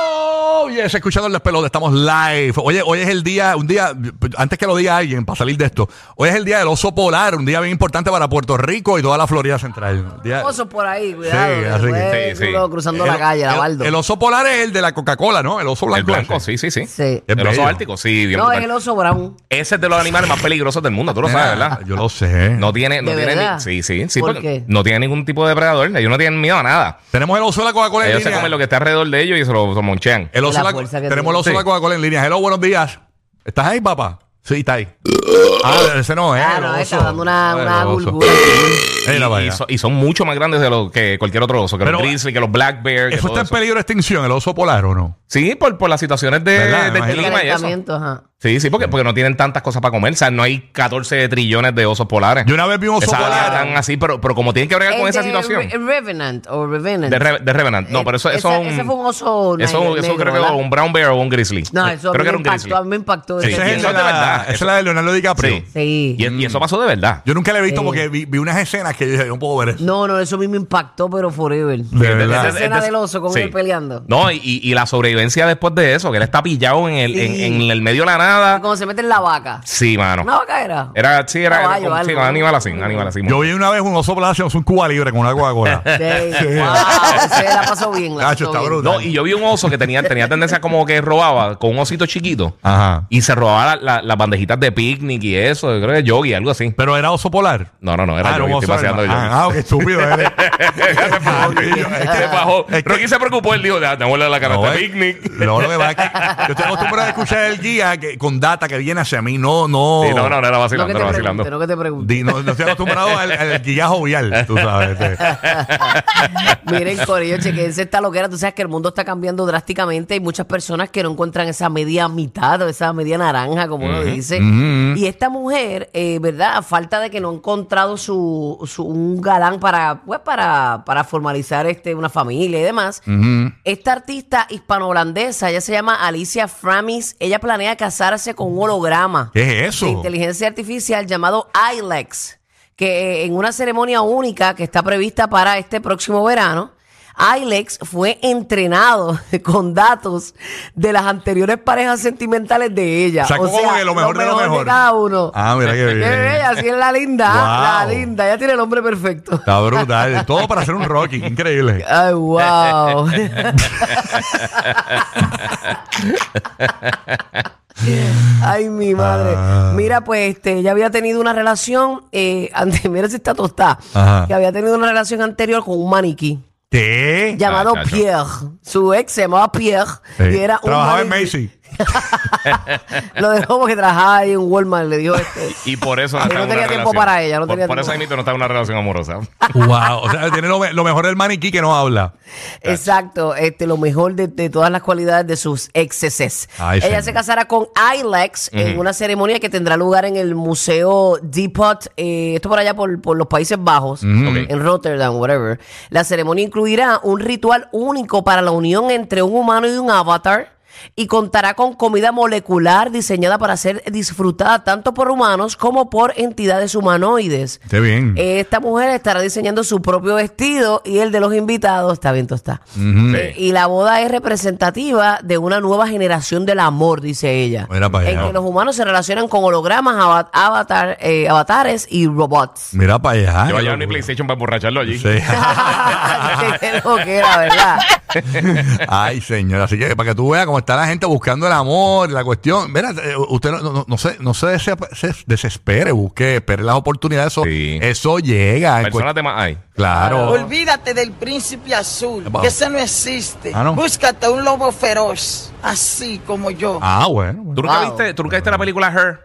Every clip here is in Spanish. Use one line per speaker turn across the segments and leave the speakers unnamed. Oh, yes, escuchando las pelotas, estamos live. Oye, hoy es el día, un día, antes que lo diga alguien, para salir de esto, hoy es el día del oso polar, un día bien importante para Puerto Rico y toda la Florida Central. Día-
Oso por ahí, cuidado.
Sí,
que
así que-
después
sí, sí.
uno cruzando
el,
la calle,
el-
la baldo.
el oso polar es el de la Coca-Cola, ¿no? El oso blanco.
El blanco,
ese.
sí, sí, sí.
Sí.
Es
El oso
bello.
áltico, sí, bien
no,
brutal.
es el oso brown.
Ese es de los animales más peligrosos del mundo, tú lo sabes, ¿verdad?
Yo lo sé.
No tiene, no
¿De
tiene,
verdad?
ni- sí, sí, sí,
¿Por
porque
qué?
no tiene ningún tipo de depredador, ellos no tienen miedo a nada.
Tenemos el oso de la Coca-Cola en
Ellos se
línea.
comen lo que está alrededor de ellos y se lo, se lo monchean.
El oso
La
de la-
fuerza que
tenemos el
tiene.
oso de la
Sí.
Coca-Cola en línea. Hello, buenos días. ¿Estás ahí, papá? Sí, está ahí. Ah, ese no es.
Ah,
el
no,
oso.
está
Ah,
dando una,
el
una
oso.
gulgura.
Mira para
Y,
allá.
so- y son mucho más grandes de los que cualquier otro oso, que
eh, Pero-
los grizzly, que los black bear. que
¿Eso
todo
está en
eso.
peligro de extinción, el oso polar o no?
Sí, por, por las situaciones de,
¿Verdad? Me
del
imagino.
clima y eso.
Calentamiento, ajá.
Sí, sí, porque, porque no tienen tantas cosas para comer. O sea, no hay 14 trillones de osos polares.
Yo una vez vi un oso
Esas
polar.
están así, pero, pero como tienen que bregar con
El
esa
de
situación.
Re- Revenant o Revenant.
De, Re- de Revenant. No, pero eso, eso
Esa-
es un-
ese fue un oso
Eso,
negro-
eso
negro,
creo
¿verdad?
que un brown bear o un grizzly.
No, eso
creo
a mí
que era
me
un grizzly.
impactó, a mí me impactó.
Sí,
Ese
ese
es el
eso
de
es
día.
de
la-
verdad.
Esa es la de Leonardo DiCaprio.
Sí.
Sí.
Y, y eso pasó de verdad.
Yo nunca la he visto
Sí.
porque vi, vi unas escenas que yo dije, yo no puedo ver eso.
No, no, eso a mí me impactó, pero forever.
De
Esa
verdad.
Entonces-
escena del oso con
Sí.
él peleando.
No, y, y- y la sobrevivencia después de eso, que él está pillado en el, en,
Sí.
en el medio de la nada.
Cuando se mete en la vaca.
Sí, mano.
¿Una vaca era?
Era, sí, era, era
Caballo,
como- sí,
algo.
animal así, animal así.
Yo vi una vez un oso polar haciendo un cuba libre con una Coca-Cola.
Sí. Wow, se la pasó bien. La
Cacho,
pasó
está
bien.
brutal.
No, y yo vi un oso que tenía, tenía tendencia como que robaba con un osito chiquito
Ajá.
y se robaba la- la- las bandejitas de picnic y eso. Yo creo que yogi, algo así.
Pero era oso polar.
No, no, no, era
Ah,
yogi.
un
Estoy
oso
paseando
polar.
yogi.
Ah, qué estúpido eres.
Se bajó. Rocky se preocupó, él dijo, "Ah, te vuelve la canasta
es-
de picnic.
eh, No, lo que pasa es que yo estoy acostumbrado a escuchar el guía que, con data que viene hacia mí. No, no.
Sí, no, no, no, era
No que
vacilando,
te
era vacilando.
pregunte, no que te pregunte.
Di- no, no estoy acostumbrado al, al guía jovial, tú sabes. este.
Miren, Corillo, chequense esta loquera. Tú sabes que el mundo está cambiando drásticamente. Hay muchas personas que no encuentran esa media mitad o esa media naranja, como uno dice. Y esta mujer, eh, ¿verdad? A falta de que no ha encontrado su, su- un galán para, pues, para, para formalizar este, una familia y demás. Esta artista hispano-holandesa, ella se llama Alicia Framis. Ella planea casarse con un holograma
¿Qué es eso?
de inteligencia artificial llamado ILEX, que eh, en una ceremonia única que está prevista para este próximo verano, ILEX fue entrenado con datos de las anteriores parejas sentimentales de ella.
Sacó
o sea,
como que lo mejor de lo mejor.
cada uno.
Ah, mira qué
Qué bella,
bien.
así es la linda,
Wow.
la linda, ella tiene el hombre perfecto.
Está brutal. Todo para hacer un Rocky. Increíble.
Ay, wow. Ay, mi madre.
Ah.
Mira, pues este, ella había tenido una relación, eh, ante- mira si está tostada,
Ajá.
que había tenido una relación anterior con un maniquí
¿Qué?
llamado
chacho.
Pierre. Su ex se llamaba Pierre y
Sí.
era un
Eh, Trabajaba en
maniquí.
Macy.
Lo dejó porque trabajaba ahí en Walmart, le dijo este.
Y por eso no,
Y
está
no
en una
tenía tiempo
relación.
para ella, no
por,
tenía
por
tiempo.
eso ahí mismo no está en una relación amorosa.
wow. O sea, tiene lo, me- lo mejor del maniquí que no habla.
Exacto, este, lo mejor de, de todas las cualidades de sus exceses.
Ay,
Ella
señor.
se casará con Ilex en una ceremonia que tendrá lugar en el Museo Depot, eh, esto por allá por, por los Países Bajos,
Ok.
en Rotterdam, whatever. La ceremonia incluirá un ritual único para la unión entre un humano y un avatar. Y contará con comida molecular diseñada para ser disfrutada tanto por humanos como por entidades humanoides.
Qué bien.
Mm.
Esta mujer estará diseñando su propio vestido y el de los invitados está bien tostada.
Mm.
Eh, Y la boda es representativa de una nueva generación del amor, dice ella.
Mira para
en
allá.
que los humanos se relacionan con hologramas, ava- avatar, eh, avatares y robots.
Mira para allá.
Yo voy a llevar mi
Qué
PlayStation para emborracharlo allí.
locura. Sí.
Qué loquera, ¿verdad?
Ay, señor. Así que para que tú veas cómo está la gente buscando el amor, la cuestión. Mira, eh, usted no, no, no se, no se, desespe- se desespere, busque, espere las oportunidades. Eso,
Sí.
eso llega. en
Personas de más hay.
cuest- Claro.
Olvídate del príncipe azul,
Epa.
que ese no existe.
Ah, ¿no?
Búscate un lobo feroz, así como yo.
Ah, bueno. bueno.
¿Tú nunca,
Wow.
viste, tú nunca viste la película Her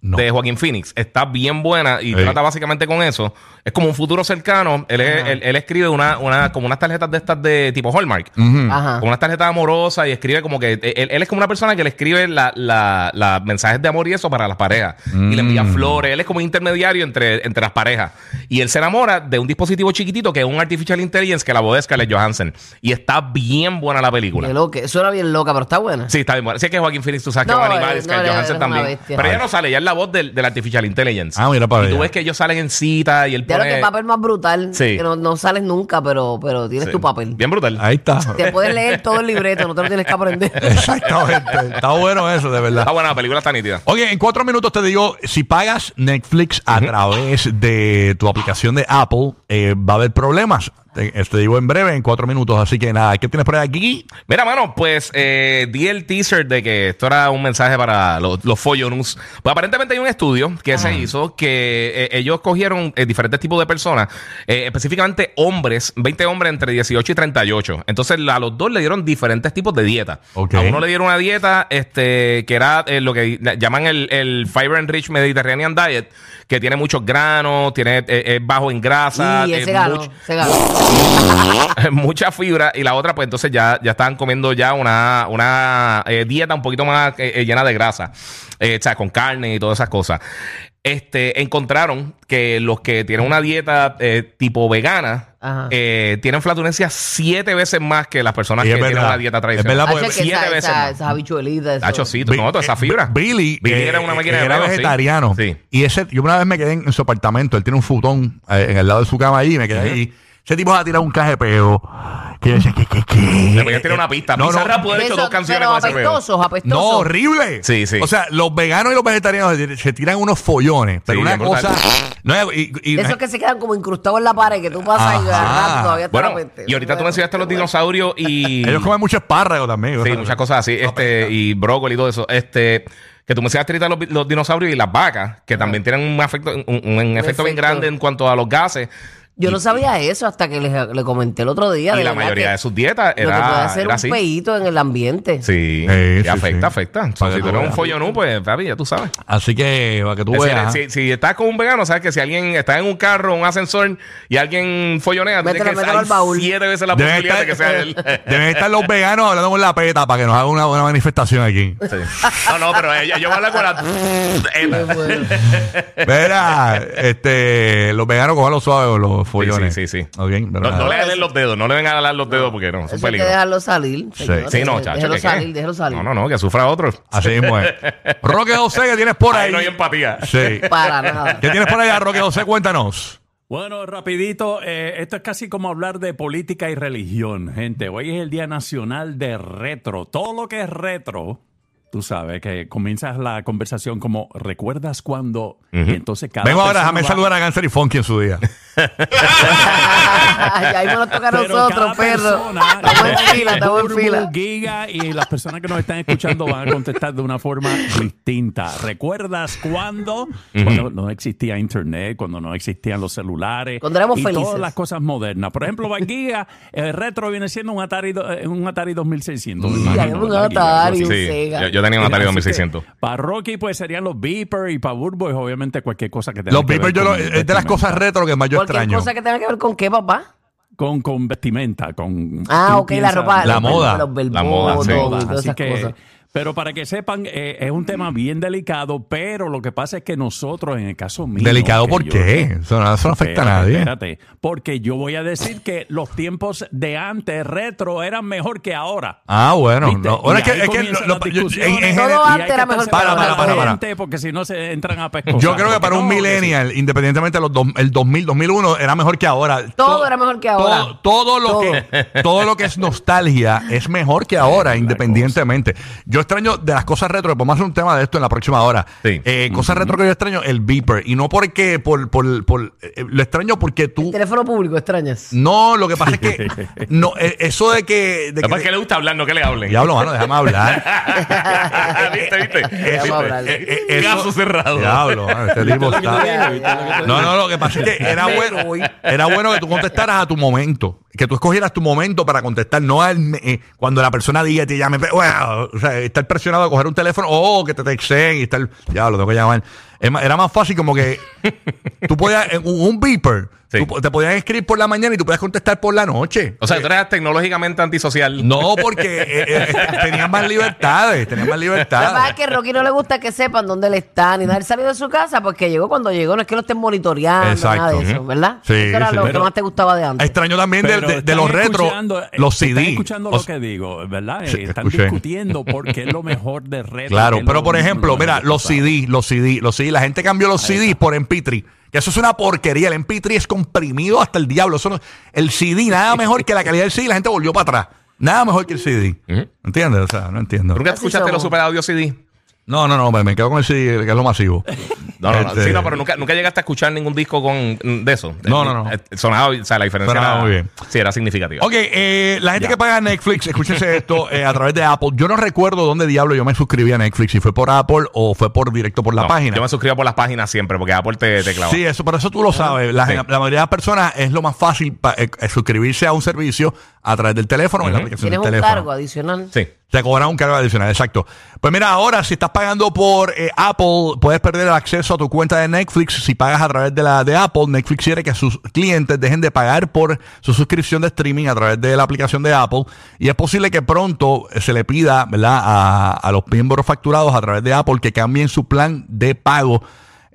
No.
de Joaquín Phoenix? Está bien buena y
Sí.
trata básicamente con eso. Es como un futuro cercano. Él, es- él- él escribe una, una, como unas tarjetas de estas de tipo Hallmark.
Ajá.
Con unas tarjetas amorosas y escribe como que. e, Él, él es como una persona que le escribe la, la-
Mm.
la mensajes de amor y eso para las parejas. Y le envía flores. Él es como un intermediario entre, entre las parejas. Y él se enamora de un dispositivo chiquitito que es un Artificial Intelligence que la voz de Scarlett Johansson. Y está bien buena la película.
Qué loca. Eso era bien loca, pero está buena.
Sí, está bien buena. Sé que Joaquín Phoenix, tú sabes
No,
que es un animal,
eh,
Scarlett
no, era-
Johansson
era una
también.
bestia.
Pero ella no sale, ella es la voz del, del Artificial Intelligence.
Ah, mira para
y tú
allá.
ves que ellos salen en cita y él
Ya lo
pone...
que papel más brutal.
pues, Sí.
Que no, no sales nunca, pero, pero tienes
Sí.
tu papel.
Bien brutal.
Ahí está.
Te puedes leer todo el libreto, no te lo tienes que aprender.
Exactamente. Está bueno eso, de verdad.
Está buena la película, está nítida.
Oye, en cuatro minutos te digo, si pagas Netflix a través de tu aplicación de Apple, eh, va a haber problemas. Te, eh, te digo en breve, en cuatro minutos. Así que nada, ¿qué tienes por ahí aquí?
Mira, mano, pues eh, di el teaser de que esto era un mensaje para los, los follonuts. Pues aparentemente hay un estudio que se hizo que eh, ellos cogieron eh, diferentes tipos de personas, eh, específicamente hombres, 20 hombres entre 18 y 38. Entonces a los dos le dieron diferentes tipos de dieta.
Ok.
A uno le dieron una dieta este, que era eh, lo que llaman el, el Fiber Enriched Mediterranean Diet, que tiene muchos granos, tiene, eh, es bajo en grasa.
y
es
ese ganó,
mucho-
ese ganó.
mucha fibra y la otra pues entonces ya, ya estaban comiendo ya una, una eh, dieta un poquito más eh, eh, llena de grasa, eh, o sea, con carne y todas esas cosas. Este, encontraron que los que tienen una dieta eh, tipo vegana
Ajá.
eh, tienen flatulencia siete veces más que las personas
Y
que
es
tienen
verdad.
una dieta
Es
tradicional.
verdad,
Ah,
porque-
che, que
pues, siete
esa-
veces
esa-
más.
esas habichuelitas. eso.
Tacho, sí, tú- no, toda esa
Bi-
fibra.
eh, Billy,
Billy
eh,
era una máquina de
era
reloj, sí.
vegetariano.
Sí.
Y ese, yo una vez me quedé en, en su apartamento, él tiene un futón eh, en el lado de su cama ahí, y me quedé ahí. Ese tipo ha tirado un caje de peo. Que yo decía, ¿qué, qué, qué?
Le voy a tirar una pista.
No, no.
Pizarra pudo haber hecho
Eso-
dos canciones
pero
con ese peo.
apestosos, apestosos.
No, horrible.
Sí, sí.
O sea, los veganos y los vegetarianos se se tiran unos follones. Pero
Sí,
una
bien brutal.
cosa. No, y- y-
De esos que se quedan como incrustados en la pared, que tú pasas y
Ajá.
agarras todavía está
Bueno,
la mente.
y ahorita tú
Bueno,
mencionaste los
qué bueno.
dinosaurios y...
ellos comen mucho espárrago también. o
Sí,
sea,
muchas cosas así. Este, y brócoli y todo eso. Este, que tú me decías ahorita los, los dinosaurios y las vacas, que también tienen un, afecto, un, un- un efecto bien
efecto.
grande en cuanto a los gases.
Yo no sabía eso hasta que le, le comenté el otro día.
Y
de
la
verdad
mayoría
que
de sus dietas
Lo que puede
era,
hacer
era
un
así.
peíto en el ambiente.
Sí,
Eh,
sí,
sí,
afecta,
sí.
afecta.
Para
si
que
tú
tú
eres un
veas.
follo pues, papi, ya tú sabes.
Así que, para que tú
Es decir,
veas.
si, si estás con un vegano, sabes que si alguien está en un carro, un ascensor y alguien follonea, tú
Mételo,
tienes que
mételo al
hay
baúl.
siete veces la
Deben
posibilidad
estar,
de que sea él.
deben estar los veganos hablando con la peta para que nos haga una buena manifestación aquí.
Sí. No, no, pero ella- yo voy a hablar con
Qué
la.
Pues, bueno.
Verá, este, los veganos cojan los suaves los follones.
sí, sí, sí.
Ok, pero
No, no
nada.
le den los dedos, no le vengan a dar los dedos porque no, es un
Eso hay que
peligro.
dejarlo salir. señores.
Sí, no, chacho.
Déjalo
¿qué
salir,
qué?
déjalo salir.
No, no, no, que sufra otro.
Así mismo es. Roque José, ¿qué tienes por
Ahí
ahí?
no hay empatía.
Sí.
Para nada.
¿Qué tienes por allá, Roque José? Cuéntanos.
Bueno, rapidito, eh, esto es casi como hablar de política y religión, gente. Hoy es el Día Nacional de Retro. Todo lo que es retro, tú sabes que comienzas la conversación como ¿recuerdas cuando? Y entonces cada
Vengo ahora,
persona
déjame
va-
saludar a Ganser y Funky en su día.
y ahí me lo toca a
Pero
nosotros,
cada
perro.
persona-
Estamos en fila, estamos en
Burbu,
fila.
Giga y las personas que nos están escuchando van a contestar de una forma distinta. ¿Recuerdas cuándo? Cuando no existía internet, cuando no existían los celulares.
Cuando éramos
y
felices.
todas las cosas modernas. Por ejemplo, para Giga, el retro viene siendo un Atari, do- eh, un Atari 2600. me
Y
imagino,
ahí me un
¿verdad, Giga?
Atari, un
Sí,
Sega.
yo, yo tenía un Atari
Así que,
2600.
Para Rocky, pues serían los Beeper y para Burbo, es obviamente cualquier cosa que tenga
Los
que ver
Beepers yo lo-
con
es de las
vestimenta.
cosas retro que más yo
Cualquier
extraño.
cosa que tenga que ver con qué, papá.
Con, con vestimenta, con.
Ah,
tú
ok, la
piensas-
ropa.
La
los-
moda.
Los
La moda,
verbotos
sí.
y
Todas,
todas
Así
esas
que,
cosas.
pero para que sepan, eh, es un tema bien delicado, pero lo que pasa es que nosotros, en el caso mío.
Delicado,
que
¿por
yo-
qué? Eso no, eso no afecta a
Espérate,
nadie.
espérate, porque yo voy a decir que los tiempos de antes, retro, eran mejor que ahora.
Ah, bueno.
¿Viste?
No. Ahora
Y
es que,
ahí
es que
comienzan
lo-
las
lo- yo, en-
discusiones.
en-
Todo
Y
antes
hay que
era
estar
mejor que
separado
ahora.
de la
Para, para, para,
gente, Porque si no se entran a pescar.
yo creo que para un millennial, independientemente de los dos- el 2000, 2001, era mejor que ahora.
Todo era mejor que ahora.
Todo, todo lo, Que, todo lo que es nostalgia es mejor que ahora, independientemente. Yo extraño de las cosas retro, vamos a hacer un tema de esto en la próxima hora.
Sí.
Eh, Cosas retro que yo extraño, el beeper. Y no porque, por, por, por- eh, lo extraño porque tú...
Teléfono público, extrañas.
No, lo que pasa es que... no, eh, eso de que... de que-
Además, que le gusta hablar, no que le hablen.
Diablo, mano, déjame hablar.
¿Viste, viste?
Ya vamos a hablar.
Eh, eh, eh, Caso cerrado.
Diablo, mano, este tipo está. No, no, lo que pasa es que era
Me
bueno,
voy.
era bueno que tú contestaras a tu momento, que tú escogieras tu momento para contestar, no al- eh, cuando la persona diga te oh, llame, pe- bueno, o sea, estar presionado a coger un teléfono o que te texten y estar, ya lo tengo que llamar. Es más, Era más fácil como que tú podías, en un, un beeper,
Sí.
tú po- te podían escribir por la mañana y tú podías contestar por la noche.
O sea, tú eras tecnológicamente antisocial.
No, porque eh, eh, tenían más libertades, tenían más
Lo que pasa es
libertades.
que Rocky no le gusta que sepan dónde él está, ni nada. Él salió de su casa porque llegó cuando llegó, no es que lo estén monitoreando, nada de
Exacto.
eso, ¿verdad?
Sí,
eso era
sí.
lo
Pero-
que más te gustaba de antes.
Extraño también de,
Pero
de- de
están
los retros,
escuchando, eh,
los
están
CD.
escuchando
O
lo
sea,
que digo, ¿verdad? Eh,
Sí,
están
escuché.
discutiendo por qué es lo mejor de retro.
Claro,
qué es
pero
lo
por ejemplo,
mismo,
mira,
tú
los
sabes.
CD, los CD, los CD, la gente cambió los CD por MP3. Que eso es una porquería, el MP3 es comprimido hasta el diablo. Eso no- el CD, nada mejor que la calidad del CD, la gente volvió para atrás. Nada mejor que el CD. ¿Entiendes? O sea, no entiendo.
¿Nunca
Así
escuchaste
somos.
los super audio CD?
No, no, no, me, me quedo con el CD, que es lo masivo.
No, no, no.
Este,
Sí, no, pero nunca, nunca llegaste a escuchar ningún disco con de eso.
No, no, no.
Eh, Sonaba, o sea, la diferencia
Sonaba
era,
muy bien.
Sí, era significativa.
Ok, eh, la gente
Ya.
que paga Netflix, escúchense esto eh, a través de Apple. Yo no recuerdo dónde diablo yo me suscribí a Netflix, si fue por Apple o fue por directo por la
No,
página.
Yo me suscribo por las páginas siempre porque Apple te, te clava.
Sí, eso, pero eso tú lo sabes. La,
Sí.
la mayoría de las personas es lo más fácil pa- eh, eh, suscribirse a un servicio a través del teléfono, en la aplicación
Tienes
del
un
teléfono.
cargo adicional.
Sí.
Te cobran un cargo adicional, exacto. Pues mira, ahora si estás pagando por eh, Apple, puedes perder el acceso a tu cuenta de Netflix si pagas a través de la de Apple. Netflix quiere que sus clientes dejen de pagar por su suscripción de streaming a través de la aplicación de Apple. Y es posible que pronto eh, se le pida ¿verdad? A, a los miembros facturados a través de Apple que cambien su plan de pago.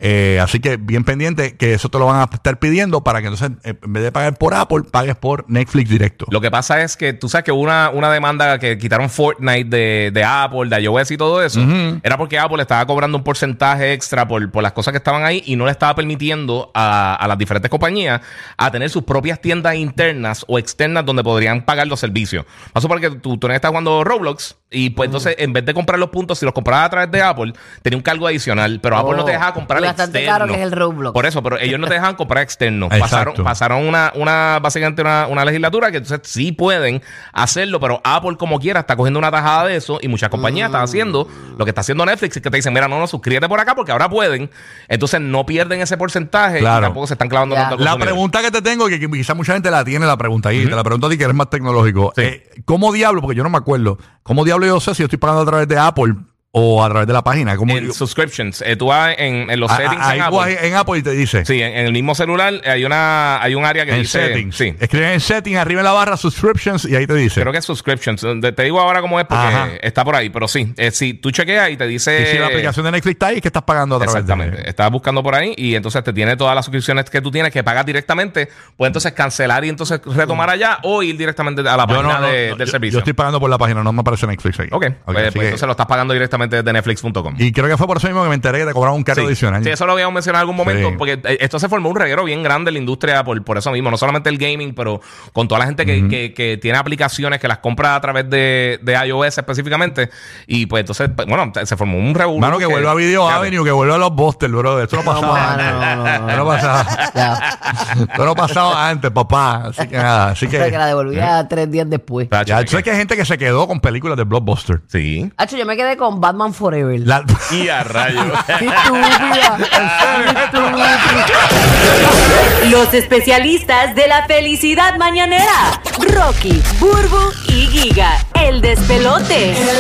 Eh, así que bien pendiente que eso te lo van a estar pidiendo para que entonces eh, en vez de pagar por Apple, pagues por Netflix directo.
Lo que pasa es que tú sabes que hubo una, una demanda que quitaron Fortnite de, de Apple, de iOS y todo eso. Era porque Apple estaba cobrando un porcentaje extra por, por las cosas que estaban ahí y no le estaba permitiendo a, a las diferentes compañías a tener sus propias tiendas internas o externas donde podrían pagar los servicios. Pasó porque tú, tú estás jugando Roblox y pues entonces en vez de comprar los puntos, si los comprabas a través de Apple, tenía un cargo adicional, pero Apple no te dejaba comprar
Oh, bastante
externo.
caro que es el Roblox.
Por eso, pero ellos no te dejan comprar externo. Pasaron,
Exacto.
pasaron una, una básicamente una, una legislatura que entonces sí pueden hacerlo, pero Apple como quiera está cogiendo una tajada de eso y muchas compañías están haciendo lo que está haciendo Netflix es que te dicen, mira, no, no, suscríbete por acá porque ahora pueden. Entonces no pierden ese porcentaje y
Claro.
tampoco se están clavando
Ya.
tanto al
La
consumidor.
pregunta que te tengo, que quizá mucha gente la tiene, la pregunta ahí, te la pregunto a ti que eres más tecnológico.
Sí.
Eh, ¿Cómo diablo? Porque yo no me acuerdo. ¿Cómo diablo yo sé si yo estoy pagando a través de Apple o a través de la página? ¿Cómo
En
yo-
subscriptions, eh, tú vas en, en los
Ah,
settings en
ah, ahí
Apple.
tú vas en Apple y te dice.
Sí, en, en el mismo celular eh, hay una hay un área que
En
dice
settings.
sí.
Escriben en settings, arriba en la barra subscriptions y ahí te dice.
Creo que es subscriptions. Te te digo ahora cómo es porque
Ajá.
está por ahí. Pero sí, eh, si tú chequeas y te dice.
y si la aplicación de Netflix está ahí, es que estás pagando a través de
Exactamente. Estás buscando por ahí y entonces te tiene todas las suscripciones que tú tienes que pagas directamente. Puedes entonces cancelar y entonces retomar allá o ir directamente a la
Yo
página
no, no,
de-
no,
del
yo-
servicio.
Yo estoy pagando por la página, no me aparece Netflix ahí.
Ok.
Ok,
Pues-
así
pues
que-
entonces lo estás pagando directamente desde netflix.com.
Y creo que fue por eso mismo que me enteré que te cobraban un cargo
Sí.
adicional.
Sí, eso lo habíamos mencionado en algún momento,
Sí.
porque eh, esto se formó un reguero bien grande en la industria por, por eso mismo, no solamente el gaming, pero con toda la gente que, que- que tiene aplicaciones que las compra a través de, de iOS específicamente. Y pues entonces, pues, bueno, se formó un revuelo.
Mano, que vuelva a Video
Fíjate.
Avenue, que vuelva a los Busters, bro. Esto no
No,
pasaba.
mano, no, no, no,
Esto no pasaba.
Ya.
Esto no pasaba antes, papá. Así que nada. Así
Hasta que la
que. ¿eh?
devolvía tres días después.
Está
Ya, tú
cheque.
sabes que hay gente que se quedó con películas de Blockbuster.
Sí.
Hacho, yo me quedé con Batman Forever.
La-
Y a rayos.
¡Qué estúpida! ¡Qué estúpida!
Los especialistas de la felicidad mañanera. Rocky, Burbu y Giga. El despelote.